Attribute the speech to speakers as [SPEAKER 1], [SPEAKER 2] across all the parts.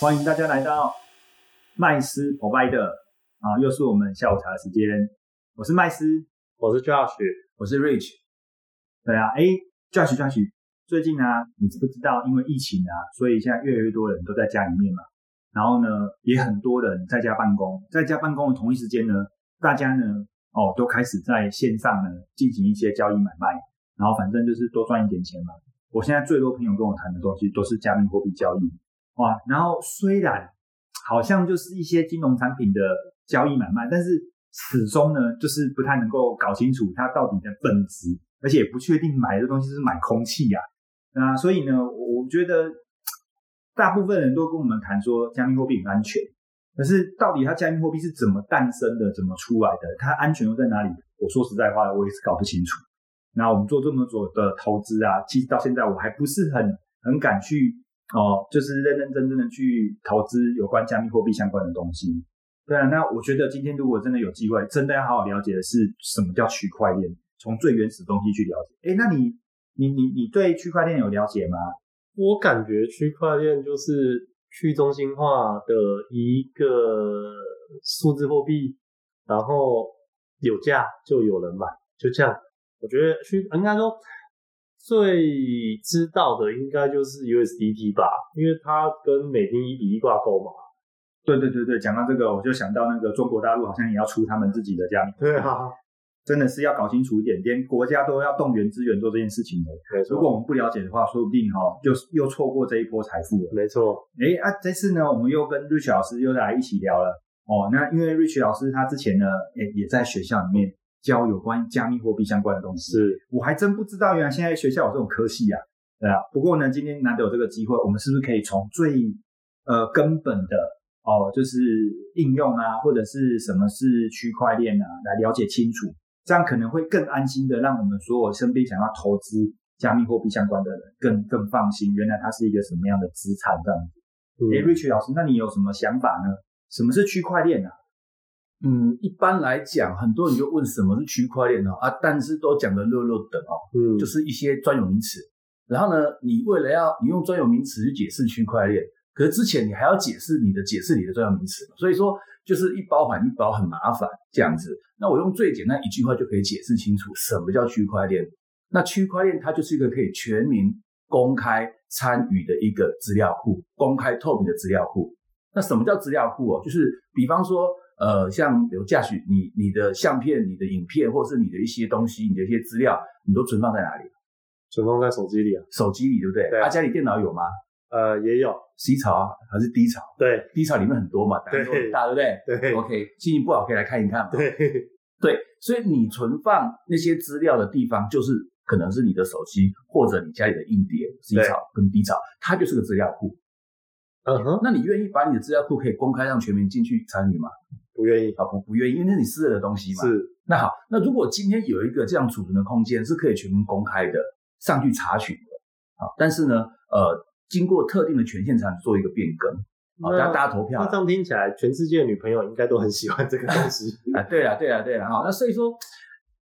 [SPEAKER 1] 欢迎大家来到麦斯 Provider 啊，又是我们下午茶的时间。我是麦斯，
[SPEAKER 2] 我是 Josh，
[SPEAKER 1] 我是 Rich。对啊，哎，Josh Josh，最近呢、啊，你知不知道因为疫情啊，所以现在越来越多人都在家里面嘛，然后呢，也很多人在家办公，在家办公的同一时间呢，大家呢，哦，都开始在线上呢进行一些交易买卖，然后反正就是多赚一点钱嘛。我现在最多朋友跟我谈的东西都是加密货币交易。哇，然后虽然好像就是一些金融产品的交易买卖，但是始终呢，就是不太能够搞清楚它到底的本质，而且也不确定买的东西是买空气呀、啊。那所以呢，我觉得大部分人都跟我们谈说加密货币很安全，可是到底它加密货币是怎么诞生的，怎么出来的，它安全又在哪里？我说实在话，我也是搞不清楚。那我们做这么久的投资啊，其实到现在我还不是很很敢去。哦，就是认认真真的去投资有关加密货币相关的东西。对啊，那我觉得今天如果真的有机会，真的要好好了解的是什么叫区块链，从最原始的东西去了解。哎，那你你你你对区块链有了解吗？
[SPEAKER 2] 我感觉区块链就是去中心化的一个数字货币，然后有价就有人买，就这样。我觉得区应该说。最知道的应该就是 USDT 吧，因为它跟美金一比一挂钩嘛。
[SPEAKER 1] 对对对对，讲到这个，我就想到那个中国大陆好像也要出他们自己的加密。
[SPEAKER 2] 对啊，
[SPEAKER 1] 真的是要搞清楚一点，连国家都要动员资源做这件事情的。如果我们不了解的话，说不定哈、哦，就又错过这一波财富了。
[SPEAKER 2] 没错。
[SPEAKER 1] 哎啊，这次呢，我们又跟 Rich 老师又来一起聊了哦。那因为 Rich 老师他之前呢，也也在学校里面。教有关加密货币相关的东西，
[SPEAKER 2] 是
[SPEAKER 1] 我还真不知道，原来现在学校有这种科系啊，对啊。不过呢，今天难得有这个机会，我们是不是可以从最呃根本的哦，就是应用啊，或者是什么是区块链啊，来了解清楚，这样可能会更安心的，让我们所有身边想要投资加密货币相关的人更更放心，原来它是一个什么样的资产这样子。哎、嗯、，Rich 老师，那你有什么想法呢？什么是区块链啊？
[SPEAKER 3] 嗯，一般来讲，很多人就问什么是区块链哦啊，但是都讲的弱弱的哦，
[SPEAKER 2] 嗯，
[SPEAKER 3] 就是一些专有名词。然后呢，你为了要你用专有名词去解释区块链，可是之前你还要解释你的解释你的专有名词，所以说就是一包含一包很麻烦这样子。那我用最简单一句话就可以解释清楚什么叫区块链。那区块链它就是一个可以全民公开参与的一个资料库，公开透明的资料库。那什么叫资料库哦？就是比方说。呃，像比如驾驶你你的相片、你的影片，或是你的一些东西、你的一些资料，你都存放在哪里？
[SPEAKER 2] 存放在手机里啊，
[SPEAKER 3] 手机里对不对？
[SPEAKER 2] 对啊。
[SPEAKER 3] 啊家里电脑有吗？
[SPEAKER 2] 呃，也有。
[SPEAKER 3] C 槽啊，还是 D 槽？
[SPEAKER 2] 对
[SPEAKER 3] ，D 槽里面很多嘛，胆都很大，
[SPEAKER 2] 不
[SPEAKER 3] 对
[SPEAKER 2] 对？对。
[SPEAKER 3] OK，心情不好可以来看一看嘛。
[SPEAKER 2] 对
[SPEAKER 3] 对，所以你存放那些资料的地方，就是可能是你的手机或者你家里的硬碟，C 槽跟 D 槽，它就是个资料库。
[SPEAKER 2] 嗯哼，
[SPEAKER 3] 那你愿意把你的资料库可以公开让全民进去参与吗？
[SPEAKER 2] 不愿意
[SPEAKER 3] 啊，不不愿意，因为那是你私人的东西嘛。
[SPEAKER 2] 是。
[SPEAKER 3] 那好，那如果今天有一个这样储存的空间是可以全民公开的，上去查询的啊，但是呢，呃，经过特定的权限才能做一个变更啊，大家大家投票。
[SPEAKER 2] 那这样听起来，全世界的女朋友应该都很喜欢这个东 西
[SPEAKER 3] 啊。对啊，对啊，对啊。好，那所以说，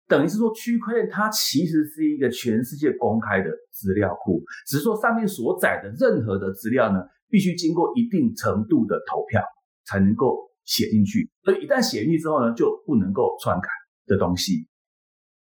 [SPEAKER 3] 等于是说，区块链它其实是一个全世界公开的资料库，只是说上面所载的任何的资料呢，必须经过一定程度的投票才能够。写进去，所以一旦写进去之后呢，就不能够篡改的东西。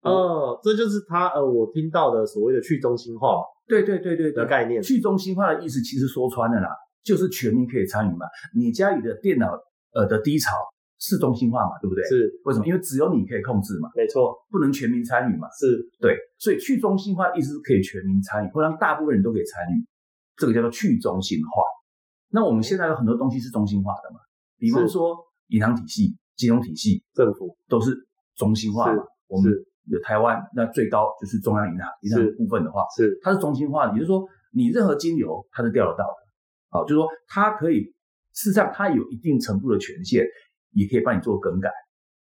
[SPEAKER 2] 哦，这就是他呃，我听到的所谓的去中心化，
[SPEAKER 3] 对对对对
[SPEAKER 2] 的概念。
[SPEAKER 3] 去中心化的意思其实说穿了啦，就是全民可以参与嘛。你家里的电脑呃的低潮是中心化嘛，对不对？
[SPEAKER 2] 是
[SPEAKER 3] 为什么？因为只有你可以控制嘛，
[SPEAKER 2] 没错，
[SPEAKER 3] 不能全民参与嘛。
[SPEAKER 2] 是
[SPEAKER 3] 对，所以去中心化的意思是可以全民参与，会让大部分人都可以参与，这个叫做去中心化。那我们现在有很多东西是中心化的嘛。比方说，银行体系、金融体系、
[SPEAKER 2] 政府
[SPEAKER 3] 都是中心化嘛。我们有台湾，那最高就是中央银行，银行部分的话，
[SPEAKER 2] 是
[SPEAKER 3] 它是中心化的，也就是说，你任何金流它是调得到的。啊，就是说它可以，事实上它有一定程度的权限，也可以帮你做更改。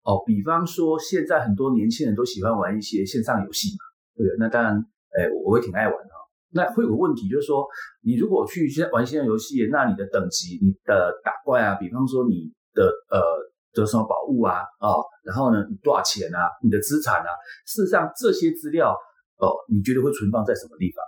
[SPEAKER 3] 哦，比方说现在很多年轻人都喜欢玩一些线上游戏嘛，对不对？那当然，哎，我会挺爱玩的。那会有个问题，就是说，你如果去现玩线上游戏，那你的等级、你的打怪啊，比方说你的呃得什么宝物啊，哦，然后呢，你多少钱啊，你的资产啊，事实上这些资料哦，你觉得会存放在什么地方？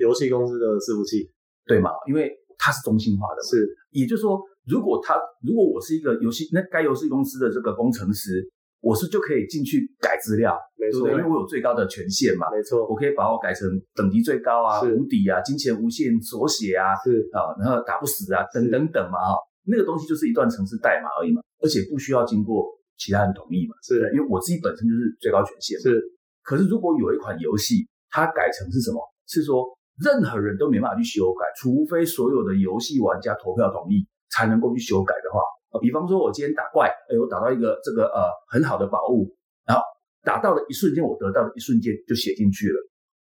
[SPEAKER 2] 游戏公司的伺服器，
[SPEAKER 3] 对吗？因为它是中心化的嘛。
[SPEAKER 2] 是
[SPEAKER 3] 也就是说，如果他如果我是一个游戏那该游戏公司的这个工程师，我是就可以进去改资料，
[SPEAKER 2] 没
[SPEAKER 3] 对不
[SPEAKER 2] 错，
[SPEAKER 3] 对？因为
[SPEAKER 2] 没
[SPEAKER 3] 我有最高的权限嘛，
[SPEAKER 2] 错
[SPEAKER 3] 我，可以把我改成等级最高啊、
[SPEAKER 2] 是
[SPEAKER 3] 无敌啊、金钱无限锁血啊
[SPEAKER 2] 是
[SPEAKER 3] 啊，然后打不死啊
[SPEAKER 2] 是
[SPEAKER 3] 等等等嘛哈、那个东西就是一段程式代码而已嘛，而且不需要经过其他人同意嘛，
[SPEAKER 2] 是
[SPEAKER 3] 对，因为我自己本身就是最高权限嘛。
[SPEAKER 2] 是
[SPEAKER 3] 可是如果有一款游戏，它改成是什么？是说任何人都没办法去修改，除非所有的游戏玩家投票同意才能够去修改的话，呃，比方说我今天打怪，哎，我打到一个这个呃很好的宝物，然后打到的一瞬间，我得到的一瞬间就写进去了，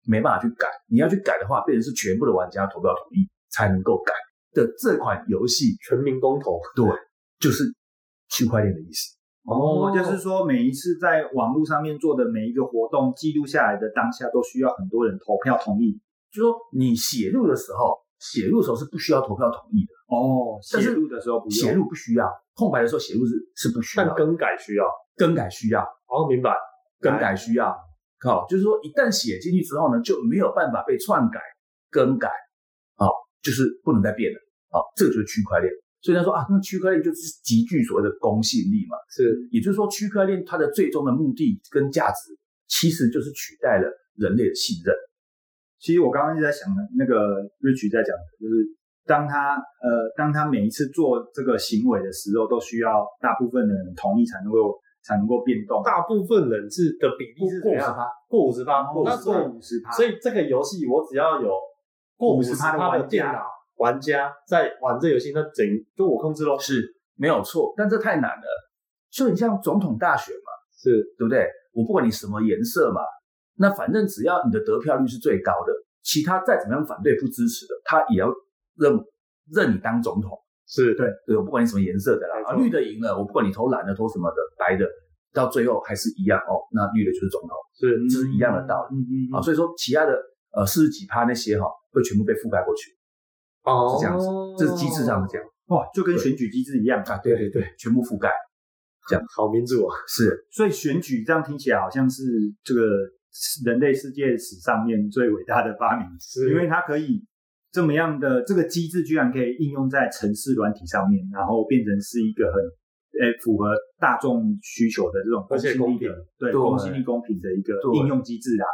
[SPEAKER 3] 没办法去改。你要去改的话，变成是全部的玩家投票同意才能够改的这款游戏，
[SPEAKER 2] 全民公投
[SPEAKER 3] 对，就是区块链的意思。
[SPEAKER 1] 哦，就是说每一次在网络上面做的每一个活动记录下来的当下，都需要很多人投票同意。
[SPEAKER 3] 就说你写入的时候，写入的时候是不需要投票同意的。
[SPEAKER 1] 哦，
[SPEAKER 3] 但是
[SPEAKER 1] 写入的时候不用
[SPEAKER 3] 写入不需要，空白的时候写入是是不需 要
[SPEAKER 2] 但
[SPEAKER 3] 的，
[SPEAKER 2] 更改需要。
[SPEAKER 3] 更改需要，
[SPEAKER 2] 哦，明白，
[SPEAKER 3] 更改需要。好，就是说一旦写进去之后呢，就没有办法被篡改、更改，好，就是不能再变了。好，这个就是区块链。所以他说啊，那区块链就是极具所谓的公信力嘛，
[SPEAKER 2] 是
[SPEAKER 3] 也就是说，区块链它的最终的目的跟价值，其实就是取代了人类的信任。
[SPEAKER 1] 其实我刚刚一直在想的，那个 Rich 在讲的就是，当他呃，当他每一次做这个行为的时候，都需要大部分的人同意才能够才能够变动，
[SPEAKER 2] 大部分人是的比例是怎
[SPEAKER 3] 过十
[SPEAKER 2] 样？
[SPEAKER 3] 趴，
[SPEAKER 2] 过五十八，
[SPEAKER 1] 然后
[SPEAKER 2] 那所以
[SPEAKER 1] 五十趴，
[SPEAKER 2] 所以这个游戏我只要有过五十
[SPEAKER 1] 50%的
[SPEAKER 2] 的
[SPEAKER 1] 玩家
[SPEAKER 2] 电脑玩家在玩这游戏，那等于就我控制咯。
[SPEAKER 3] 是没有错，但这太难了。就你像总统大选嘛。
[SPEAKER 2] 是
[SPEAKER 3] 对不对？我不管你什么颜色嘛，那反正只要你的得票率是最高的，其他再怎么样反对不支持的，他也要认认你当总统。
[SPEAKER 2] 是，
[SPEAKER 1] 对
[SPEAKER 3] 对，我不管你什么颜色的啦
[SPEAKER 2] 没，错
[SPEAKER 3] 啊绿的赢了，我不管你投蓝的、投什么的、白的，到最后还是一样哦，那绿的就是总统
[SPEAKER 2] 是
[SPEAKER 3] 这是一样的道
[SPEAKER 1] 理。嗯嗯嗯
[SPEAKER 3] 啊。所以说，其他的呃四十几趴那些哈、会全部被覆盖过去，
[SPEAKER 2] 哦
[SPEAKER 3] 是这样子，这是机制上是这样
[SPEAKER 1] 哇，就跟选举机制一样。
[SPEAKER 3] 啊，对对对，全部覆盖
[SPEAKER 2] 好民主啊，
[SPEAKER 3] 是
[SPEAKER 1] 所以选举这样听起来好像是这个人类世界史上面最伟大的发明，
[SPEAKER 2] 是
[SPEAKER 1] 因为它可以这么样的这个机制居然可以应用在城市软体上面，然后变成是一个很诶符合大众需求的这种
[SPEAKER 2] 而且
[SPEAKER 1] 公信力
[SPEAKER 2] 公平
[SPEAKER 1] 的对
[SPEAKER 3] 对
[SPEAKER 1] 公信力公平的一个
[SPEAKER 3] 对
[SPEAKER 1] 应用机制啊。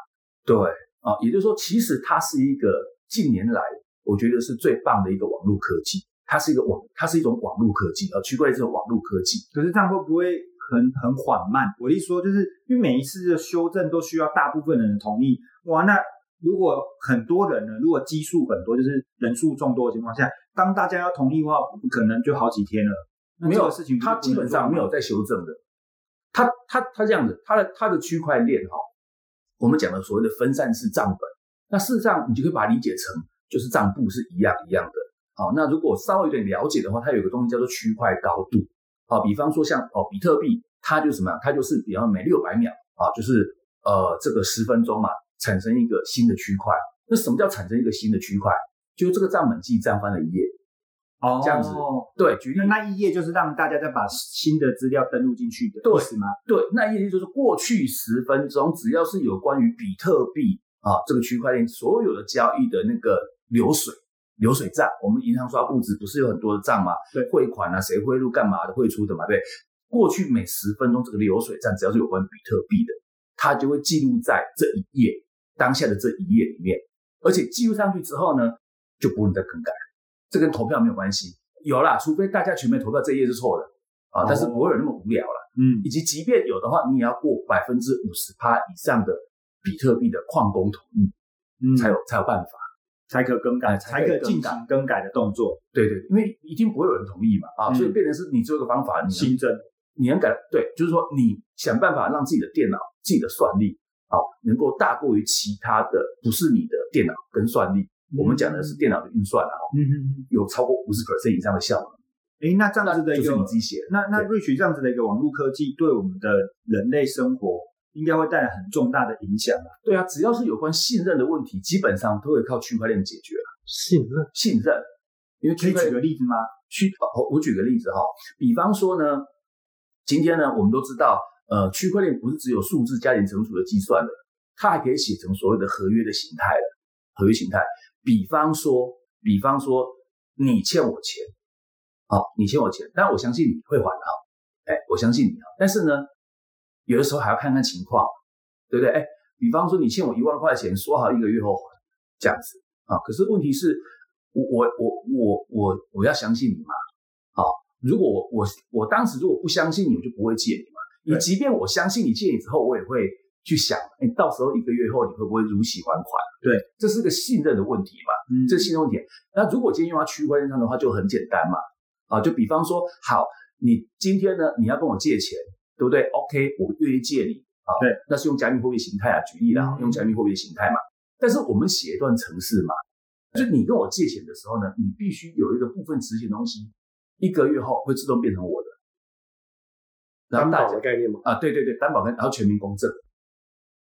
[SPEAKER 3] 对啊，也就是说，其实它是一个近年来我觉得是最棒的一个网络科技，它是一个网，它是一种网络科技，呃，区块链这种网络科技，
[SPEAKER 1] 可是这样会不会很很缓慢？我一说就是因为每一次的修正都需要大部分人的同意，哇，那如果很多人呢？如果基数很多，就是人数众多的情况下，当大家要同意的话，可能就好几天了。那
[SPEAKER 3] 没
[SPEAKER 1] 这
[SPEAKER 3] 有
[SPEAKER 1] 个事情不是
[SPEAKER 3] 它基本上没有在修正的。它它它这样子，它的它的区块链哈、我们讲的所谓的分散式账本，那事实上你就可以把它理解成就是账簿是一样一样的。好、那如果稍微有点了解的话，它有一个东西叫做区块高度。好、比方说像哦比特币，它就什么样？啊它就是比方每六百秒啊、就是呃这个十分钟嘛，产生一个新的区块。那什么叫产生一个新的区块？就是这个账本记账翻了一页。
[SPEAKER 1] 哦
[SPEAKER 3] 这样子对，举例
[SPEAKER 1] 那那一页就是让大家再把新的资料登录进去的
[SPEAKER 3] 对
[SPEAKER 1] 意思吗？
[SPEAKER 3] 对，那意思就是过去十分钟，只要是有关于比特币啊这个区块链所有的交易的那个流水流水账，我们银行刷步子不是有很多的账吗？
[SPEAKER 1] 对
[SPEAKER 3] 汇款啊，谁汇入干嘛的，汇出的嘛，对。过去每十分钟这个流水账，只要是有关比特币的，它就会记录在这一页当下的这一页里面，而且记录上去之后呢，就不能再更改了，这跟投票没有关系。有啦，除非大家全面投票这一页是错的啊，但是不会有那么无聊啦。
[SPEAKER 1] 嗯，
[SPEAKER 3] 以及即便有的话，你也要过百分之五十趴以上的比特币的矿工同意
[SPEAKER 1] 嗯
[SPEAKER 3] 才有才有办法。
[SPEAKER 1] 才可更改，
[SPEAKER 3] 哎才
[SPEAKER 1] 才
[SPEAKER 3] 可以
[SPEAKER 1] 可
[SPEAKER 3] 更改
[SPEAKER 1] 进行更改的动作
[SPEAKER 3] 对对，因为一定不会有人同意嘛啊，
[SPEAKER 1] 嗯
[SPEAKER 3] 所以变成是你只有一个方法，你能
[SPEAKER 1] 新增。
[SPEAKER 3] 你能改对，就是说你想办法让自己的电脑、自己的算力啊，能够大过于其他的，不是你的电脑跟算力。我们讲的是电脑的运算啊，
[SPEAKER 1] 嗯嗯嗯。
[SPEAKER 3] 有超过五十 percent 以上的效能，
[SPEAKER 1] 诶，那这样子的
[SPEAKER 3] 就
[SPEAKER 1] 一
[SPEAKER 3] 是
[SPEAKER 1] 个
[SPEAKER 3] 你自己写的。
[SPEAKER 1] 那那
[SPEAKER 3] 对
[SPEAKER 1] Rich 这样子的一个网络科技，对我们的人类生活应该会带来很重大的影响啊。
[SPEAKER 3] 对啊，只要是有关信任的问题，基本上都会靠区块链解决。啊
[SPEAKER 2] 信任
[SPEAKER 3] 信任，因为
[SPEAKER 1] 可
[SPEAKER 3] 区
[SPEAKER 1] 以
[SPEAKER 3] 块
[SPEAKER 1] 举
[SPEAKER 3] 链
[SPEAKER 1] 个例子吗？
[SPEAKER 3] 区，哦我举个例子哈、比方说呢，今天呢，我们都知道，呃，区块链不是只有数字加减乘除的计算的，它还可以写成所谓的合约的形态的合约形态。比方说，比方说，你欠我钱，好、你欠我钱，但我相信你会还的哈，哎，我相信你啊。但是呢，有的时候还要看看情况，对不对？哎，比方说你欠我一万块钱，说好一个月后还，这样子啊。可是问题是，我我我我我我要相信你嘛，好、如果我我我当时如果不相信你，我就不会借你嘛。你
[SPEAKER 1] 对
[SPEAKER 3] 即便我相信你借你之后，我也会去想，哎，到时候一个月后你会不会如期还款？
[SPEAKER 1] 对，
[SPEAKER 3] 这是个信任的问题啊嘛。
[SPEAKER 1] 嗯
[SPEAKER 3] 这是信任问题。那如果今天用到区块链上的话，就很简单嘛。啊，就比方说，好，你今天呢，你要跟我借钱，对不对？OK，我愿意借你啊。
[SPEAKER 1] 对，
[SPEAKER 3] 那是用加密货币形态啊，举例啦，
[SPEAKER 1] 嗯
[SPEAKER 3] 用加密货币的形态嘛。但是我们写一段程式嘛，就你跟我借钱的时候呢，你必须有一个部分执行的东西，一个月后会自动变成我的。然
[SPEAKER 2] 担
[SPEAKER 3] 后大
[SPEAKER 2] 保
[SPEAKER 3] 家
[SPEAKER 2] 的概念嘛，
[SPEAKER 3] 啊，对对对，担保跟然后全民公证，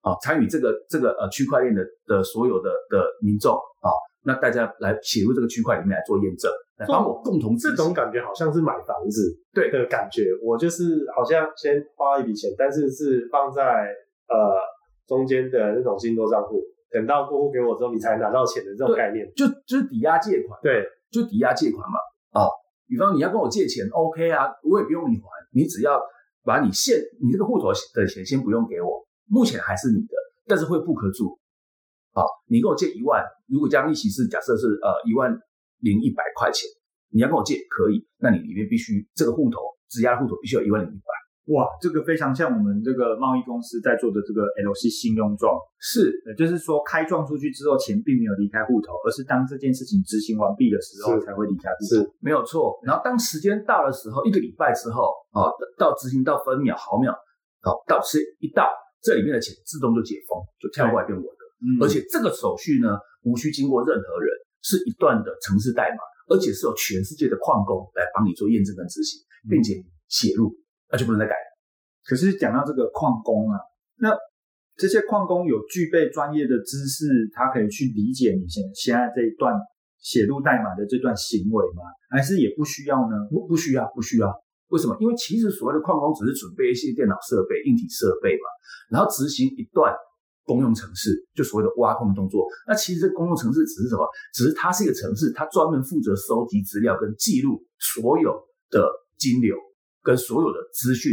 [SPEAKER 3] 啊，参与这个这个呃区块链的的所有的的民众啊，那大家来写入这个区块里面来做验证，来帮我共同执
[SPEAKER 2] 哦这
[SPEAKER 3] 行
[SPEAKER 2] 种感觉好像是买房子
[SPEAKER 3] 对
[SPEAKER 2] 的感觉，我就是好像先花一笔钱，但是是放在呃中间的那种信托账户，等到过户给我之后，你才拿到钱的这种
[SPEAKER 3] 对
[SPEAKER 2] 概念。
[SPEAKER 3] 就就是抵押借款，
[SPEAKER 2] 对，
[SPEAKER 3] 就抵押借款嘛，啊，比方你要跟我借钱，OK 啊，我也不用你还，你只要把你现你这个户头的钱先不用给我，目前还是你的，但是会不可住，啊，你跟我借一万，如果将利息是假设是呃一万零一百块钱，你要跟我借可以，那你里面必须这个户头质押的户头必须有一万零一百，
[SPEAKER 1] 哇，这个非常像我们这个贸易公司在做的这个 LC 信用状，
[SPEAKER 3] 是
[SPEAKER 1] 也就是说开状出去之后，钱并没有离开户头，而是当这件事情执行完毕的时候
[SPEAKER 2] 是
[SPEAKER 1] 才会离开户头。
[SPEAKER 2] 是
[SPEAKER 3] 没有错。然后当时间到的时候，一个礼拜之后，哦，到执行到分秒毫秒，哦，到时一到，这里面的钱自动就解封，就跳过来变我的。
[SPEAKER 1] 嗯
[SPEAKER 3] 而且这个手续呢，无需经过任何人，是一段的城市代码，而且是有全世界的矿工来帮你做验证跟执行，并且写入，那就不能再改。
[SPEAKER 1] 可是讲到这个矿工啊，那这些矿工有具备专业的知识，他可以去理解你现现在这一段写入代码的这段行为吗？还是也不需要呢？
[SPEAKER 3] 不不需要，不需要。为什么？因为其实所谓的矿工只是准备一些电脑设备、硬体设备嘛，然后执行一段公用程式，就所谓的挖矿的动作。那其实这公用程式只是什么？只是它是一个程式，它专门负责收集资料跟记录所有的金流跟所有的资讯，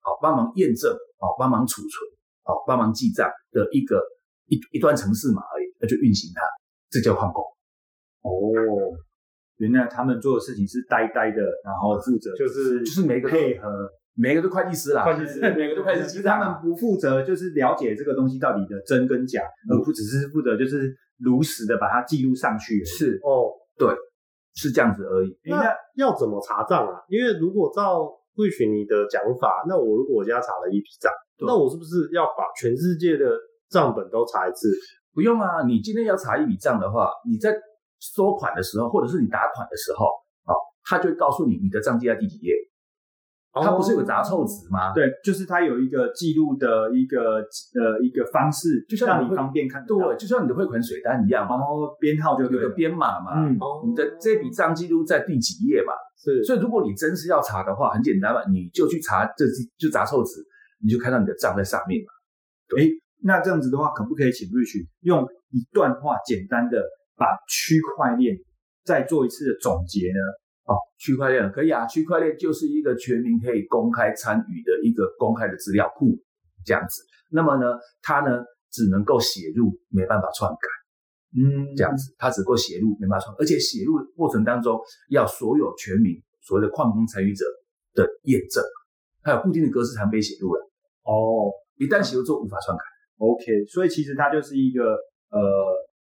[SPEAKER 3] 好、帮忙验证，好、帮忙储存，好、帮忙记账的一个一一段程式嘛而已，那就运行它，这叫矿工。
[SPEAKER 1] 哦，原来他们做的事情是呆呆的，然后负责
[SPEAKER 2] 就是
[SPEAKER 3] 就是每个都
[SPEAKER 1] 配合
[SPEAKER 3] 每个都会计师啦，
[SPEAKER 2] 会计师
[SPEAKER 3] 每个都会计师，
[SPEAKER 1] 他们不负责就是了解这个东西到底的真跟假，而不只是负责就是如实的把它记录上去而已。
[SPEAKER 3] 是
[SPEAKER 2] 哦，
[SPEAKER 3] 是这样子而已。
[SPEAKER 1] 诶那
[SPEAKER 2] 那要怎么查账啊？因为如果照魏许你的讲法，那我如果我家查了一笔账，
[SPEAKER 3] 对
[SPEAKER 2] 那我是不是要把全世界的账本都查一次？
[SPEAKER 3] 不用啊，你今天要查一笔账的话，你在收款的时候，或者是你打款的时候，啊、他就会告诉你你的账记在第几页。他不是有个杂
[SPEAKER 2] 哦
[SPEAKER 3] 凑值吗？，
[SPEAKER 1] 对，就是它有一个记录的一个呃一个方式，
[SPEAKER 3] 就像
[SPEAKER 1] 让
[SPEAKER 3] 你
[SPEAKER 1] 你
[SPEAKER 3] 会
[SPEAKER 1] 方便看得到
[SPEAKER 3] 对，，就像你的汇款水单一样嘛
[SPEAKER 1] 然，后编号就
[SPEAKER 3] 有
[SPEAKER 1] 哦对
[SPEAKER 3] 个
[SPEAKER 1] 了。
[SPEAKER 3] 编码嘛。
[SPEAKER 1] 嗯，
[SPEAKER 2] 哦
[SPEAKER 3] 你的这笔账记录在第几页嘛？
[SPEAKER 2] 是
[SPEAKER 3] 所以如果你真是要查的话，很简单嘛，你就去查这就杂凑值，你就看到你的账在上面嘛。
[SPEAKER 1] 那这样子的话，可不可以请 Rich 用一段话简单的把区块链再做一次的总结呢？
[SPEAKER 3] 哦，区块链可以啊，区块链就是一个全民可以公开参与的一个公开的资料库，这样子。那么呢，它呢只能够写入，没办法篡改，
[SPEAKER 1] 嗯，
[SPEAKER 3] 这样子，它只能够写入，没办法篡改，而且写入的过程当中要所有全民所谓的矿工参与者的验证，还有固定的格式才能被写入了，啊
[SPEAKER 1] 哦
[SPEAKER 3] 一旦写入之后无法篡改。
[SPEAKER 1] ，OK，所以其实它就是一个呃，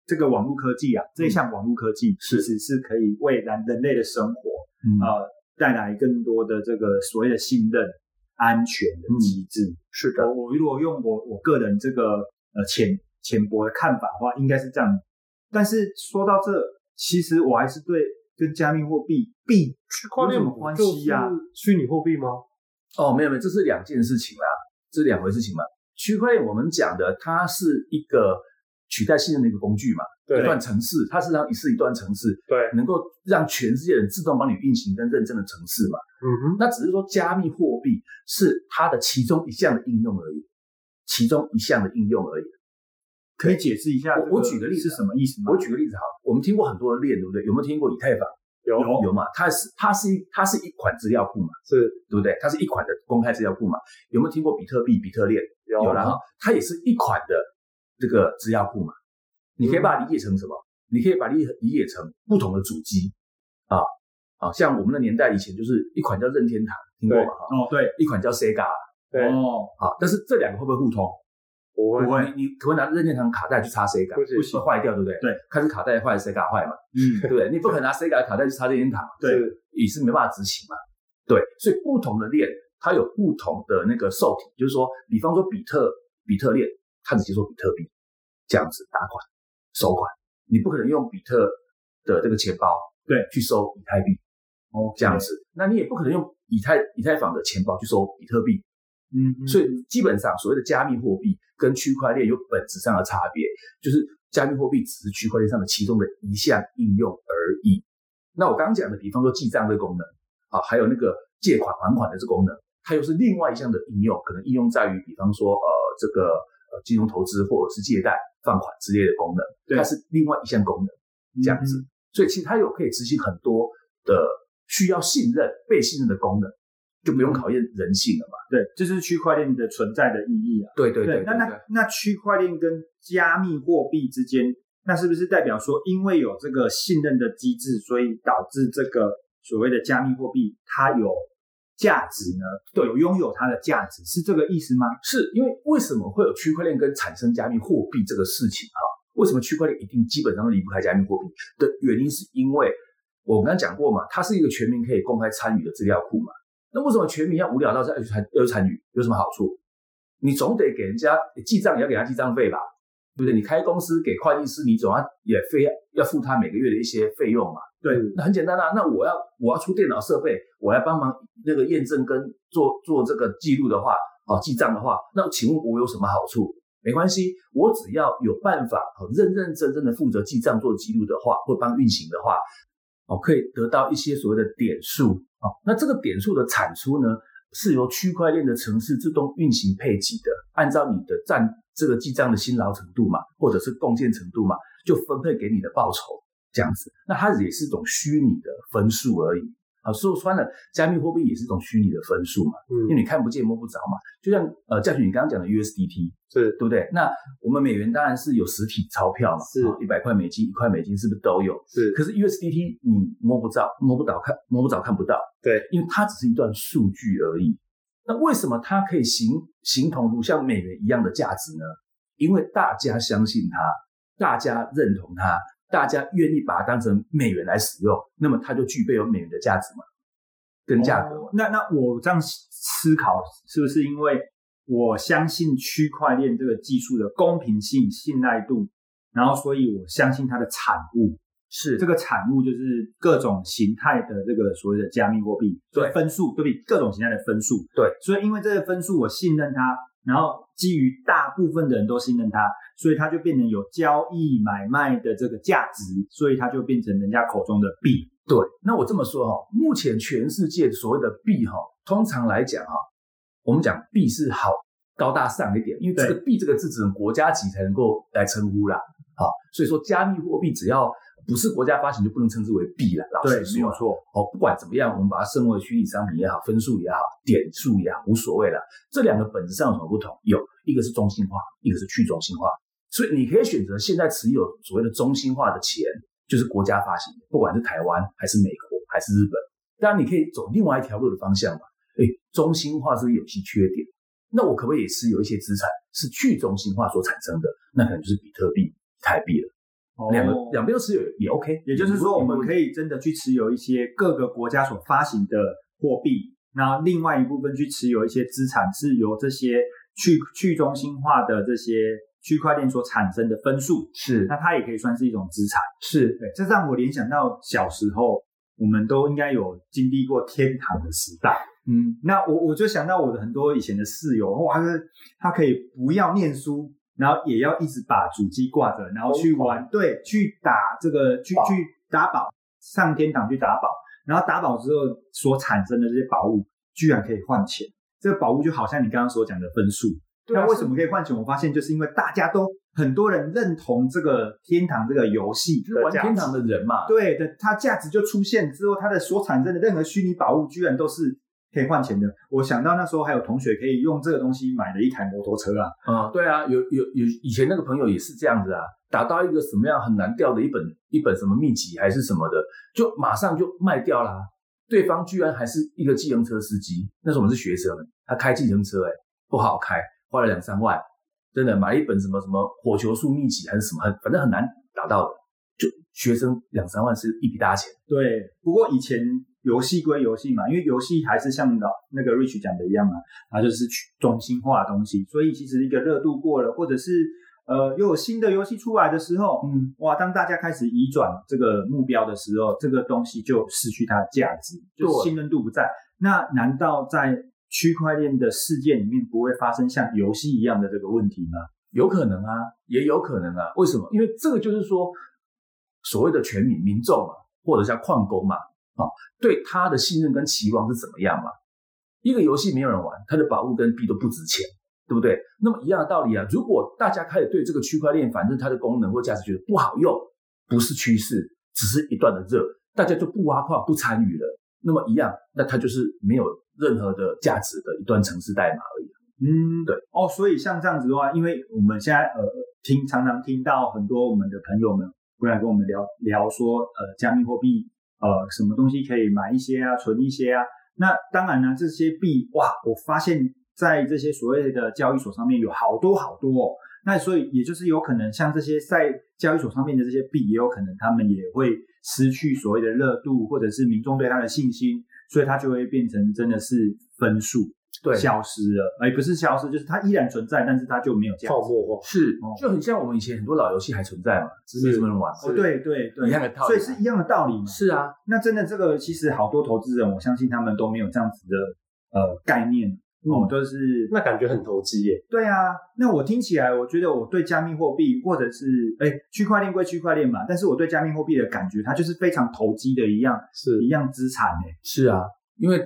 [SPEAKER 1] 这个网络科技啊，这一项网络科技其
[SPEAKER 3] 是
[SPEAKER 1] 实是可以为人人类的生活
[SPEAKER 3] 嗯
[SPEAKER 1] 呃带来更多的这个所谓的信任、安全的机制。
[SPEAKER 3] 是
[SPEAKER 1] 我我如果用我我个人这个呃浅浅薄的看法的话，应该是这样。但是说到这，其实我还是对跟加密货币币
[SPEAKER 2] 区块链
[SPEAKER 1] 有什么关系呀？
[SPEAKER 2] 虚拟货币吗？
[SPEAKER 3] 哦，没有没有，这是两件事情啦，这是两回事情嘛。区块链我们讲的，它是一个取代信任的一个工具嘛。
[SPEAKER 2] 对
[SPEAKER 3] 一段城市，它是让一是一段城市，
[SPEAKER 2] 对，
[SPEAKER 3] 能够让全世界人自动帮你运行跟认证的城市嘛。
[SPEAKER 2] 嗯哼，
[SPEAKER 3] 那只是说加密货币是它的其中一项的应用而已，其中一项的应用而已。
[SPEAKER 1] 可以解释一下
[SPEAKER 3] 我
[SPEAKER 1] 这
[SPEAKER 3] 我举个例子啊
[SPEAKER 1] 是什么意思吗？
[SPEAKER 3] 我举个例子好了，我们听过很多的链，对不对？有没有听过以太坊？
[SPEAKER 2] 有
[SPEAKER 1] 有
[SPEAKER 3] 有嘛？它是它是一它是一款资料库嘛，
[SPEAKER 2] 是
[SPEAKER 3] 对不对？它是一款的公开资料库嘛。有没有听过比特币、比特链？
[SPEAKER 2] 有
[SPEAKER 3] 有了哈，哦它也是一款的这个资料库嘛。你可以
[SPEAKER 1] 嗯
[SPEAKER 3] 把它理解成什么？你可以把它理理解成不同的主机啊啊，像我们的年代以前就是一款叫任天堂，听过吧？哈，
[SPEAKER 1] 哦，对，
[SPEAKER 3] 一款叫 Sega
[SPEAKER 2] 对，
[SPEAKER 1] 哦，
[SPEAKER 3] 啊，但是这两个会不会互通？
[SPEAKER 2] 不会
[SPEAKER 1] 不会，
[SPEAKER 3] 你你可不可以拿任天堂卡带去插 Sega？
[SPEAKER 2] 不行
[SPEAKER 3] 会坏掉，对不对？
[SPEAKER 1] 对，
[SPEAKER 3] 开始卡带坏，Sega 坏嘛，
[SPEAKER 1] 嗯，
[SPEAKER 3] 对不对？你不可能拿 Sega 的卡带去插任天堂，
[SPEAKER 1] 对
[SPEAKER 2] 是
[SPEAKER 3] 也是没办法执行嘛。对，所以不同的链它有不同的那个受体，就是说，比方说比特比特链，它只接受比特币这样子打款收款，你不可能用比特的这个钱包
[SPEAKER 1] 对
[SPEAKER 3] 去收以太币
[SPEAKER 1] 哦，
[SPEAKER 3] 这样，子，那你也不可能用以太以太坊的钱包去收比特币，
[SPEAKER 1] 嗯，
[SPEAKER 3] 所
[SPEAKER 1] 以
[SPEAKER 3] 以基本上所谓的加密货币跟区块链有本质上的差别，就是加密货币只是区块链上的其中的一项应用而已。那我刚刚讲的，比方说记账这个功能啊，还有那个借款还款的这个功能，它又是另外一项的应用，可能应用在于比方说呃这个呃金融投资或者是借贷放款之类的功能，
[SPEAKER 1] 对
[SPEAKER 3] 它是另外一项功能。
[SPEAKER 1] 嗯
[SPEAKER 3] 这样子，所以其实它有可以执行很多的需要信任、被信任的功能，就不用考验人性了嘛。
[SPEAKER 1] 对，这就是区块链的存在的意义啊。
[SPEAKER 3] 对对
[SPEAKER 1] 那那那区块链跟加密货币之间，那是不是代表说，因为有这个信任的机制，所以导致这个所谓的加密货币它有价值呢？
[SPEAKER 3] 对
[SPEAKER 1] 有拥有它的价值，是这个意思吗？
[SPEAKER 3] 是因为为什么会有区块链跟产生加密货币这个事情啊？为什么区块链一定基本上都离不开加密货币的原因，是因为我刚刚讲过嘛，它是一个全民可以公开参与的资料库嘛。那为什么全民要无聊到要去参要去参与？有什么好处？你总得给人家记账，也要给他记账费吧，对不对？你开公司给会计师，你总要也非要付他每个月的一些费用嘛。
[SPEAKER 1] 对，
[SPEAKER 2] 嗯
[SPEAKER 3] 那很简单啊，那我要我要出电脑设备，我要帮忙那个验证跟做做这个记录的话，哦，记账的话，那请问我有什么好处？没关系，我只要有办法哦，认认真真的负责记账做记录的话，或帮运行的话，哦，可以得到一些所谓的点数哦。那这个点数的产出呢，是由区块链的城市自动运行配给的，按照你的占这个记账的辛劳程度嘛，或者是贡献程度嘛，就分配给你的报酬这样子。那它也是一种虚拟的分数而已啊。说穿了，加密货币也是一种虚拟的分数嘛，因为
[SPEAKER 2] 嗯
[SPEAKER 3] 你看不见摸不着嘛。就像呃，教训你刚刚讲的 USDT，
[SPEAKER 2] 是
[SPEAKER 3] 对不对？那我们美元当然是有实体钞票嘛，啊
[SPEAKER 2] 是
[SPEAKER 3] 一百块美金、一块美金是不是都有？
[SPEAKER 2] 是
[SPEAKER 3] 可是 USDT 你摸不着、摸不到、看摸不着、看不到，
[SPEAKER 2] 对，
[SPEAKER 3] 因为它只是一段数据而已。那为什么它可以形形同如像美元一样的价值呢？因为大家相信它，大家认同它，大家愿意把它当成美元来使用，那么它就具备有美元的价值嘛，跟价格嘛。
[SPEAKER 1] 哦那那我这样思考，是不是因为我相信区块链这个技术的公平性、信赖度，然后所以我相信它的产物，
[SPEAKER 3] 是
[SPEAKER 1] 这个产物就是各种形态的这个所谓的加密货币，
[SPEAKER 3] 对
[SPEAKER 1] 就是分数对不对？各种形态的分数，
[SPEAKER 3] 对，
[SPEAKER 1] 所以因为这个分数我信任它，然后基于大部分的人都信任它，所以它就变成有交易买卖的这个价值，所以它就变成人家口中的币。
[SPEAKER 3] 对，那我这么说哈、目前全世界所谓的币哈、通常来讲哈、我们讲币是好高大上一点，因为这个币这个字只能国家级才能够来称呼啦，好、所以说加密货币只要不是国家发行就不能称之为币了，老
[SPEAKER 1] 对，
[SPEAKER 3] 实
[SPEAKER 1] 没有
[SPEAKER 3] 说。
[SPEAKER 1] 错。
[SPEAKER 3] 哦，不管怎么样，我们把它升为虚拟商品也好，分数也好，点数也好，无所谓了。这两个本质上有什么不同？有一个是中心化，一个是去中心化。所以你可以选择现在持有所谓的中心化的钱，就是国家发行的，不管是台湾还是美国还是日本。当然，你可以走另外一条路的方向嘛。哎，中心化是不是有些缺点，那我可不可以也持有一些资产是去中心化所产生的？那可能就是比特币、以太币了。
[SPEAKER 1] 哦
[SPEAKER 3] 两个两边都持有也 OK。
[SPEAKER 1] 也就是说，我们可
[SPEAKER 3] 以
[SPEAKER 1] 以真的去持有一些各个国家所发行的货币，那另外一部分去持有一些资产，是由这些去去中心化的这些区块链所产生的分数，
[SPEAKER 3] 是
[SPEAKER 1] 那它也可以算是一种资产。
[SPEAKER 3] 是
[SPEAKER 1] 对，这让我联想到小时候，我们都应该有经历过天堂的时代。
[SPEAKER 3] 嗯，
[SPEAKER 1] 那我我就想到我的很多以前的室友，哇，他他可以不要念书，然后也要一直把主机挂着，然后去玩，对，去打这个去
[SPEAKER 2] 宝
[SPEAKER 1] 去打宝，上天堂去打宝，然后打宝之后所产生的这些宝物，居然可以换钱。这个宝物就好像你刚刚所讲的分数，
[SPEAKER 3] 对啊
[SPEAKER 1] 那为什么可以换钱？我发现就是因为大家都很多人认同这个天堂这个游戏，
[SPEAKER 3] 就是啊玩天堂的人嘛，
[SPEAKER 1] 对啊的，它价值就出现之后，它的所产生的任何虚拟宝物，居然都是可以换钱的。我想到那时候还有同学可以用这个东西买了一台摩托车啊，
[SPEAKER 3] 啊、对啊，有有有，以前那个朋友也是这样子啊，打到一个什么样很难掉的一本一本什么秘籍还是什么的，就马上就卖掉啦、对方居然还是一个计程车司机，那时候我们是学生，他开计程车、欸，哎，不好开，花了两三万，真的买一本什么什么火球术秘籍还是什么，很反正很难打到的，就学生两三万是一笔大钱。
[SPEAKER 1] 对，不过以前游戏归游戏嘛，因为游戏还是像老那个 Rich 讲的一样嘛，它就是去中心化的东西，所以其实一个热度过了，或者是呃又有新的游戏出来的时候，
[SPEAKER 3] 嗯，
[SPEAKER 1] 哇，当大家开始移转这个目标的时候，这个东西就失去它的价值，就
[SPEAKER 3] 对
[SPEAKER 1] 信任度不在。那难道在区块链的世界里面不会发生像游戏一样的这个问题吗？
[SPEAKER 3] 有可能啊，也有可能啊。为什么？因为这个就是说，所谓的全民民众嘛，或者叫矿工嘛，啊、对他的信任跟期望是怎么样嘛？一个游戏没有人玩，它的宝物跟币都不值钱，对不对？那么一样的道理啊，如果大家开始对这个区块链，反正它的功能或价值觉得不好用，不是趋势，只是一段的热，大家就不挖矿、不参与了。那么一样，那它就是没有任何的价值的一段城市代码而已。
[SPEAKER 1] 嗯，
[SPEAKER 3] 对
[SPEAKER 1] 哦，所以像这样子的话，因为我们现在呃听常常听到很多我们的朋友们会来跟我们聊聊说，呃，加密货币呃什么东西可以买一些啊，存一些啊。那当然呢，这些币哇，我发现在这些所谓的交易所上面有好多好多哦。那所以也就是有可能像这些在交易所上面的这些币，也有可能他们也会失去所谓的热度，或者是民众对它的信心，所以它就会变成真的是分数。
[SPEAKER 3] 对，
[SPEAKER 1] 消失了，哎，不是消失，就是它依然存在，但是它就没有价值。
[SPEAKER 2] 泡沫化，
[SPEAKER 3] 是
[SPEAKER 1] 哦，
[SPEAKER 3] 就很像我们以前很多老游戏还存在嘛，只是没什么人玩。
[SPEAKER 1] 哦，对对对，
[SPEAKER 3] 一样的道理啊
[SPEAKER 1] 所以是一样的道理嘛。
[SPEAKER 3] 是啊，
[SPEAKER 1] 那真的这个其实好多投资人，我相信他们都没有这样子的呃概念哦，
[SPEAKER 3] 嗯
[SPEAKER 1] 就是
[SPEAKER 2] 那感觉很投机耶。
[SPEAKER 1] 对啊。那我听起来，我觉得我对加密货币或者是哎区块链归区块链嘛，但是我对加密货币的感觉，它就是非常投机的一样
[SPEAKER 2] 是
[SPEAKER 1] 一样资产哎。
[SPEAKER 3] 是啊，因为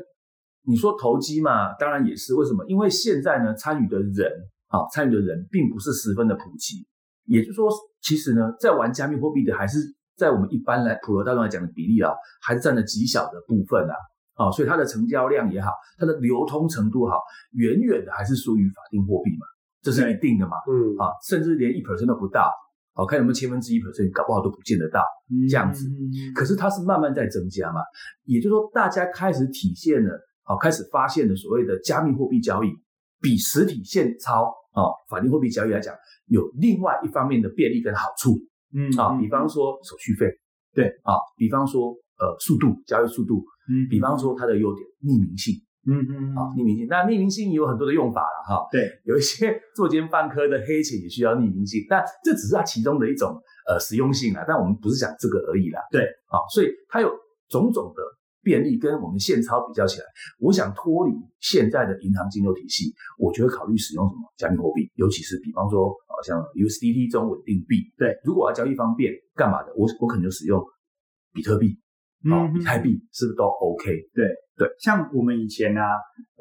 [SPEAKER 3] 你说投机嘛，当然也是为什么？因为现在呢，参与的人啊，参与的人并不是十分的普及，也就是说，其实呢，在玩加密货币的还是在我们一般来普罗大众来讲的比例啊，还是占了极小的部分啊。啊、所以它的成交量也好，它的流通程度好，远远的还是输于法定货币嘛，这是一定的嘛。
[SPEAKER 2] 嗯，
[SPEAKER 3] 啊，甚至连一 percent 都不到，好、看有没有千分之一 percent，搞不好都不见得到。这样子
[SPEAKER 1] 嗯
[SPEAKER 3] 可是它是慢慢在增加嘛，也就是说，大家开始体现了，好、开始发现了所谓的加密货币交易比实体现钞啊、哦法定货币交易来讲，有另外一方面的便利跟好处
[SPEAKER 1] 嗯
[SPEAKER 3] 啊、
[SPEAKER 1] 嗯
[SPEAKER 3] 比方说手续费，
[SPEAKER 1] 对
[SPEAKER 3] 啊、比方说呃速度，交易速度，
[SPEAKER 1] 嗯
[SPEAKER 3] 比方说它的优点匿名性
[SPEAKER 1] 嗯嗯
[SPEAKER 3] 啊、
[SPEAKER 1] 嗯
[SPEAKER 3] 匿名性，那匿名性也有很多的用法了哈、
[SPEAKER 1] 对
[SPEAKER 3] 有一些作奸犯科的黑钱也需要匿名性，但这只是它其中的一种呃实用性啦。但我们不是讲这个而已啦。
[SPEAKER 1] 对，
[SPEAKER 3] 好、所以它有种种的便利，跟我们现钞比较起来，我想脱离现在的银行金流体系，我觉得考虑使用什么加密货币，尤其是比方说好、像 USDT 这种稳定币。
[SPEAKER 1] 对，
[SPEAKER 3] 如果要交易方便，干嘛的？我我可能就使用比特币，哦，
[SPEAKER 1] 嗯
[SPEAKER 3] 比特币是不是都 OK？
[SPEAKER 1] 像我们以前啊，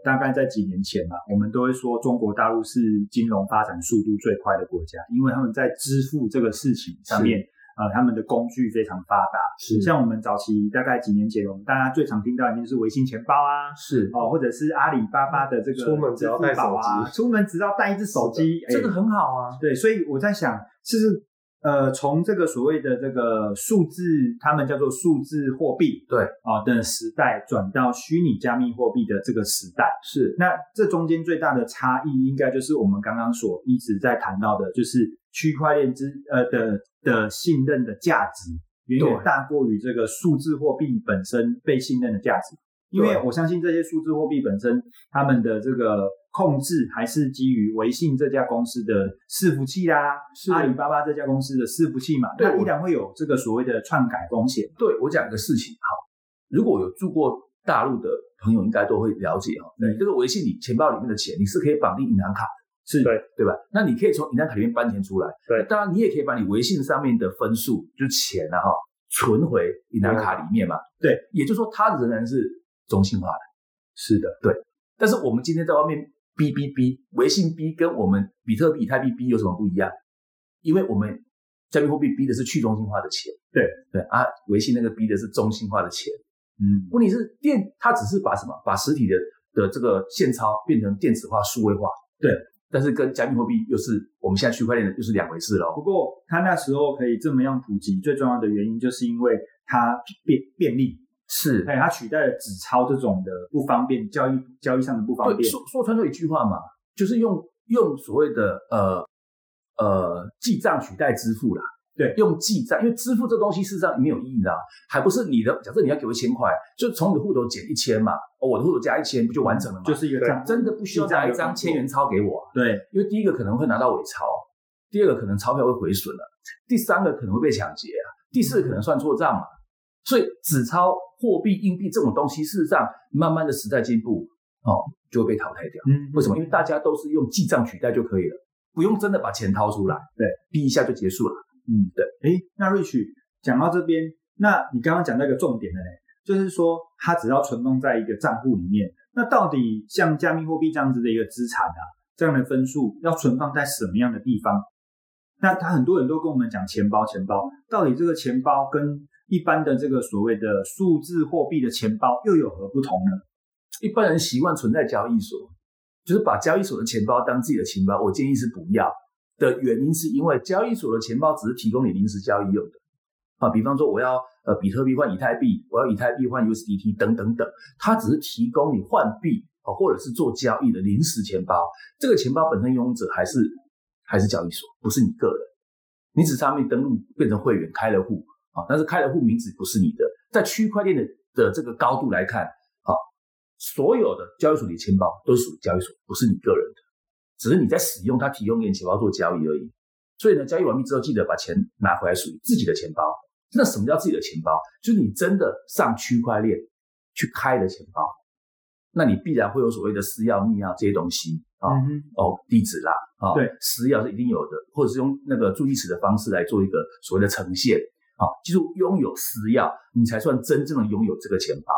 [SPEAKER 1] 大概在几年前啊，我们都会说中国大陆是金融发展速度最快的国家，因为他们在支付这个事情上面，呃，他们的工具非常发达。
[SPEAKER 3] 是
[SPEAKER 1] 像我们早期大概几年前，我们大家最常听到的一定是微信钱包啊。
[SPEAKER 3] 是。
[SPEAKER 1] 哦，或者是阿里巴巴的这个
[SPEAKER 2] 出门只要带
[SPEAKER 1] 支付宝啊
[SPEAKER 2] 手机
[SPEAKER 1] 出门只要带一只手机，哎
[SPEAKER 3] 这个很好啊，
[SPEAKER 1] 对，所以我在想，是不是呃，从这个所谓的这个数字，他们叫做数字货币，
[SPEAKER 3] 对
[SPEAKER 1] 啊、的时代，转到虚拟加密货币的这个时代，
[SPEAKER 3] 是
[SPEAKER 1] 那这中间最大的差异，应该就是我们刚刚所一直在谈到的，就是区块链之呃的的信任的价值，远远
[SPEAKER 3] 对
[SPEAKER 1] 大过于这个数字货币本身被信任的价值。因为
[SPEAKER 3] 对
[SPEAKER 1] 我相信这些数字货币本身，他们的这个控制还是基于微信这家公司的伺服器啦、
[SPEAKER 3] 是
[SPEAKER 1] 阿里巴巴这家公司的伺服器嘛，
[SPEAKER 3] 对
[SPEAKER 1] 那依
[SPEAKER 3] 我
[SPEAKER 1] 然会有这个所谓的篡改风险。
[SPEAKER 3] 对我讲一个事情，好，如果有住过大陆的朋友，应该都会了解哈、哦。
[SPEAKER 1] 对
[SPEAKER 3] 你这个微信里钱包里面的钱，你是可以绑定银行卡的，
[SPEAKER 1] 是
[SPEAKER 2] 对
[SPEAKER 3] 对吧？那你可以从银行卡里面搬钱出来，
[SPEAKER 2] 对
[SPEAKER 3] 当然，你也可以把你微信上面的分数，就是钱啊哈、存回银行卡里面嘛。
[SPEAKER 1] 对，
[SPEAKER 3] 也就是说，它仍然是中性化的。
[SPEAKER 1] 是的，
[SPEAKER 3] 对。但是我们今天在外面哔哔哔，微信哔跟我们比特币、以太币哔有什么不一样？因为我们加密货币逼的是去中心化的钱，
[SPEAKER 1] 对
[SPEAKER 3] 对啊，维信那个逼的是中心化的钱。
[SPEAKER 1] 嗯，
[SPEAKER 3] 问题是电，它只是把什么把实体的的这个现钞变成电子化、数位化，
[SPEAKER 1] 对。
[SPEAKER 3] 但是跟加密货币又是我们现在区块链的又是两回事
[SPEAKER 1] 不
[SPEAKER 3] 喽。
[SPEAKER 1] 过它那时候可以这么样普及，最重要的原因就是因为它便便利，
[SPEAKER 3] 是，
[SPEAKER 1] 哎，它取代了纸钞这种的不方便，交易交易上的不方
[SPEAKER 3] 对，
[SPEAKER 1] 便。
[SPEAKER 3] 说说穿了一句话嘛，就是用用所谓的呃呃记账取代支付啦。
[SPEAKER 1] 对
[SPEAKER 3] 用记账，因为支付这东西事实上没有意义的啊、还不是你的。假设你要给我一千块，就从你的户头减一千嘛，哦，我的户头加一千，不就完成了吗？
[SPEAKER 1] 就是一个
[SPEAKER 2] 对
[SPEAKER 1] 账，
[SPEAKER 3] 真的不需要拿一张千元钞给我啊、
[SPEAKER 1] 对，
[SPEAKER 3] 因为第一个可能会拿到伪钞，第二个可能钞票会毁损了、第三个可能会被抢劫啊，第四个可能算错账了、所以纸钞、货币、硬币这种东西，事实上慢慢的时代进步哦，就会被淘汰掉。
[SPEAKER 1] 嗯，
[SPEAKER 3] 为什么？因为大家都是用记账取代就可以了，不用真的把钱掏出来，
[SPEAKER 1] 对，
[SPEAKER 3] 逼一下就结束了。
[SPEAKER 1] 嗯，对。诶，那 Rich 讲到这边，那你刚刚讲到一个重点了嘞，就是说它只要存放在一个账户里面，那到底像加密货币这样子的一个资产啊，这样的分数要存放在什么样的地方？那他很多人都跟我们讲钱包，钱包到底这个钱包跟一般的这个所谓的数字货币的钱包又有何不同呢？
[SPEAKER 3] 一般人习惯存在交易所，就是把交易所的钱包当自己的钱包，我建议是不要的原因是因为交易所的钱包只是提供你临时交易用的啊，比方说我要呃比特币换以太币，我要以太币换 USDT 等等等，它只是提供你换币啊或者是做交易的临时钱包，这个钱包本身拥有者还是还是交易所，不是你个人，你只上面登录变成会员开了户啊，但是开了户名字不是你的，在区块链的的这个高度来看。啊所有的交易所里的钱包都是属于交易所，不是你个人的，只是你在使用它提供给你钱包做交易而已。所以呢，交易完毕之后，记得把钱拿回来，属于自己的钱包。那什么叫自己的钱包？就是你真的上区块链去开的钱包，那你必然会有所谓的私钥、密钥这些东西啊、
[SPEAKER 1] 嗯哼，
[SPEAKER 3] 哦，地址啦，啊、
[SPEAKER 1] 对，
[SPEAKER 3] 私钥是一定有的，或者是用那个助记词的方式来做一个所谓的呈现啊、记住拥有私钥，你才算真正的拥有这个钱包，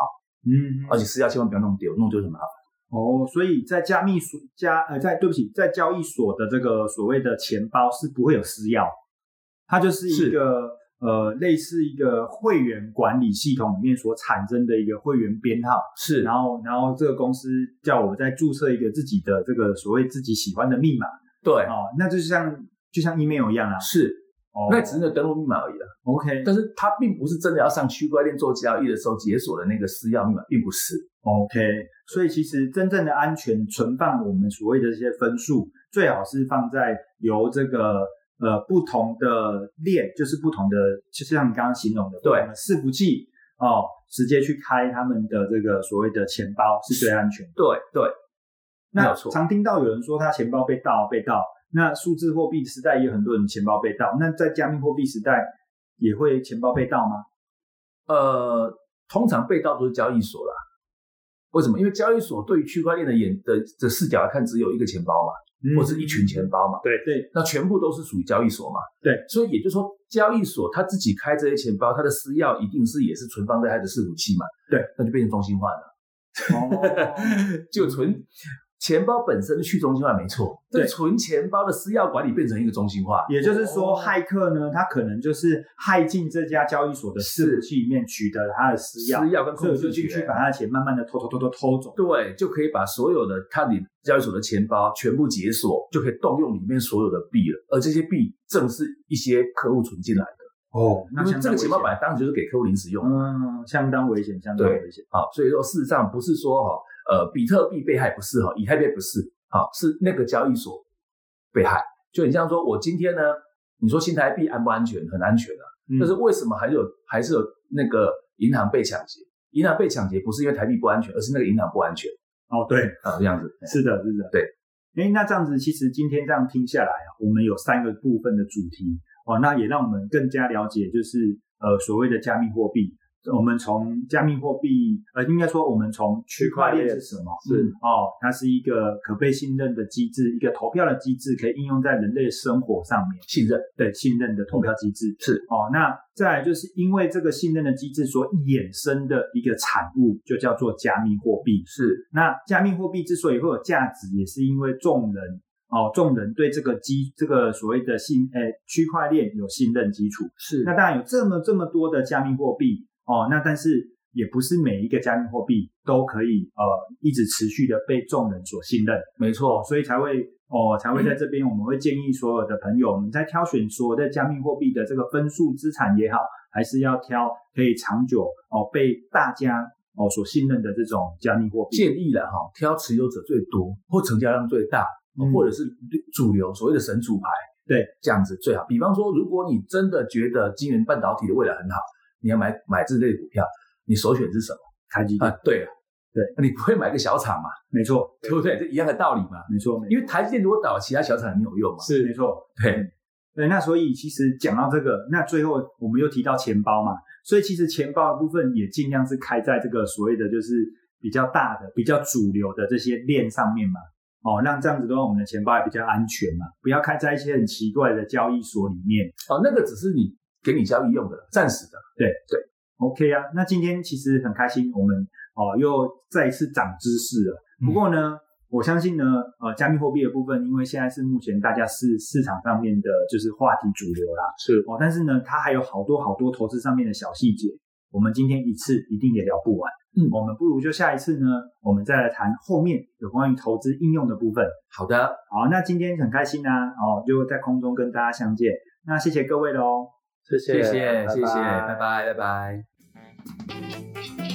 [SPEAKER 1] 嗯哼
[SPEAKER 3] 而且私钥千万不要弄丢，弄丢就很麻烦。
[SPEAKER 1] 哦，所以在加密所加呃，在对不起，在交易所的这个所谓的钱包是不会有私钥，它就是一
[SPEAKER 3] 是
[SPEAKER 1] 个呃类似一个会员管理系统里面所产生的一个会员编号，
[SPEAKER 3] 是，
[SPEAKER 1] 然后然后这个公司叫我再注册一个自己的这个所谓自己喜欢的密码
[SPEAKER 3] 对，
[SPEAKER 1] 哦，那就像就像 email 一样啊，
[SPEAKER 3] 是，
[SPEAKER 1] 哦，
[SPEAKER 3] 那只是那登录密码而已啦。啊
[SPEAKER 1] OK
[SPEAKER 3] 但是它并不是真的要上区块链做交易的时候解锁的那个私钥密码，并不是。
[SPEAKER 1] OK，所以其实真正的安全存放我们所谓的这些分数，最好是放在由这个呃不同的链，就是不同的，就像你刚刚形容的，
[SPEAKER 3] 对
[SPEAKER 1] 不同的伺服器哦，直接去开他们的这个所谓的钱包是最安全的。
[SPEAKER 3] 对对，没
[SPEAKER 1] 那
[SPEAKER 3] 有错
[SPEAKER 1] 常听到有人说他钱包被盗被盗，那数字货币时代也有很多人钱包被盗，那在加密货币时代也会钱包被盗吗？
[SPEAKER 3] 呃，通常被盗都是交易所啦。为什么？因为交易所对于区块链的眼的的视角来看，只有一个钱包嘛，
[SPEAKER 1] 嗯
[SPEAKER 3] 或是一群钱包嘛，
[SPEAKER 1] 对，
[SPEAKER 3] 那全部都是属于交易所嘛。
[SPEAKER 1] 对，
[SPEAKER 3] 所以也就是说，交易所它自己开这些钱包，它的私钥一定是也是存放在它的伺服器嘛。
[SPEAKER 1] 对，
[SPEAKER 3] 那就变成中心化 了。
[SPEAKER 1] 哦，
[SPEAKER 3] 就存钱包本身去中心化没错，
[SPEAKER 1] 对嗯
[SPEAKER 3] 但存钱包的私钥管理变成一个中心化，
[SPEAKER 1] 也就是说，
[SPEAKER 3] 哦
[SPEAKER 1] 骇客呢，他可能就是骇进这家交易所的伺服器里面，取得了他的私
[SPEAKER 3] 私
[SPEAKER 1] 钥，
[SPEAKER 3] 钥跟
[SPEAKER 1] 所以
[SPEAKER 3] 控
[SPEAKER 1] 我就
[SPEAKER 3] 制
[SPEAKER 1] 进去
[SPEAKER 3] 权
[SPEAKER 1] 把。他的钱慢慢的偷偷偷偷偷走。
[SPEAKER 3] 对，就可以把所有的他你交易所的钱包全部解锁，就可以动用里面所有的币了。而这些币正是一些客户存进来的，
[SPEAKER 1] 哦，那
[SPEAKER 3] 因为
[SPEAKER 1] 相
[SPEAKER 3] 这
[SPEAKER 1] 当
[SPEAKER 3] 个
[SPEAKER 1] 危
[SPEAKER 3] 钱
[SPEAKER 1] 险
[SPEAKER 3] 包。本来当时就是给客户临时用的
[SPEAKER 1] 嗯，相当危险，相当危险。
[SPEAKER 3] 啊。所以说，事实上不是说哈，呃，比特币被害不是哈，以太币不是啊，是那个交易所被害。就很像说，我今天呢，你说新台币安不安全？很安全啊。
[SPEAKER 1] 嗯
[SPEAKER 3] 但是为什么还有还是有那个银行被抢劫？银行被抢劫不是因为台币不安全，而是那个银行不安全
[SPEAKER 1] 哦，对，
[SPEAKER 3] 啊，这样子。
[SPEAKER 1] 是的，是的，
[SPEAKER 3] 对。
[SPEAKER 1] 哎，那这样子，其实今天这样听下来啊，我们有三个部分的主题哦，那也让我们更加了解，就是呃所谓的加密货币。我们从加密货币，呃，应该说我们从区块链是什么？
[SPEAKER 2] 是
[SPEAKER 1] 嗯哦，它是一个可被信任的机制，一个投票的机制，可以应用在人类生活上面。
[SPEAKER 3] 信任
[SPEAKER 1] 对，信任的投票机制、
[SPEAKER 3] 是
[SPEAKER 1] 哦。那再来就是因为这个信任的机制所衍生的一个产物，就叫做加密货币。
[SPEAKER 3] 是
[SPEAKER 1] 那加密货币之所以会有价值，也是因为众人哦，众人对这个基这个所谓的信诶区块链有信任基础。
[SPEAKER 3] 是
[SPEAKER 1] 那当然有这么这么多的加密货币哦，那但是也不是每一个加密货币都可以呃一直持续的被众人所信任
[SPEAKER 3] 没错
[SPEAKER 1] 哦，，所以才会哦才会在这边我们会建议所有的朋友，我们在挑选所有的加密货币的这个分数资产也好，还是要挑可以长久哦被大家哦所信任的这种加密货币。
[SPEAKER 3] 建议了哈，挑持有者最多或成交量最大，
[SPEAKER 1] 嗯
[SPEAKER 3] 或者是主流所谓的神主牌，
[SPEAKER 1] 对，
[SPEAKER 3] 这样子最好。比方说，如果你真的觉得晶圆半导体的未来很好，你要买买这类股票，你首选是什么
[SPEAKER 1] 台积电，
[SPEAKER 3] 啊？对啊，
[SPEAKER 1] 对，
[SPEAKER 3] 你不会买个小厂嘛，
[SPEAKER 1] 没错，
[SPEAKER 3] 对不对？这一样的道理嘛。
[SPEAKER 1] 没错，没错
[SPEAKER 3] 因为台积电如果倒，其他小厂也没有用嘛。
[SPEAKER 1] 没
[SPEAKER 2] 是
[SPEAKER 1] 错，
[SPEAKER 3] 对，
[SPEAKER 1] 对，那所以其实讲到这个，那最后我们又提到钱包嘛，所以其实钱包的部分也尽量是开在这个所谓的就是比较大的、比较主流的这些链上面嘛，哦，让这样子的话，我们的钱包也比较安全嘛，不要开在一些很奇怪的交易所里面。
[SPEAKER 3] 哦，那个只是你给你交易用的了，暂时的。
[SPEAKER 1] OK 啊，那今天其实很开心，我们哦又再一次长知识了。不过呢，我相信呢，呃，加密货币的部分，因为现在是目前大家是市场上面的就是话题主流啦，
[SPEAKER 2] 是，
[SPEAKER 1] 哦，但是呢，它还有好多好多投资上面的小细节，我们今天一次一定也聊不完。
[SPEAKER 3] 嗯
[SPEAKER 1] 我们不如就下一次呢，我们再来谈后面有关于投资应用的部分。
[SPEAKER 3] 好的，
[SPEAKER 1] 好，那今天很开心啊，哦，就在空中跟大家相见。那谢谢各位喽。
[SPEAKER 2] 谢
[SPEAKER 3] 谢谢，
[SPEAKER 1] 拜
[SPEAKER 3] 谢谢，
[SPEAKER 1] 拜
[SPEAKER 3] 拜拜，拜拜。
[SPEAKER 4] Thank you.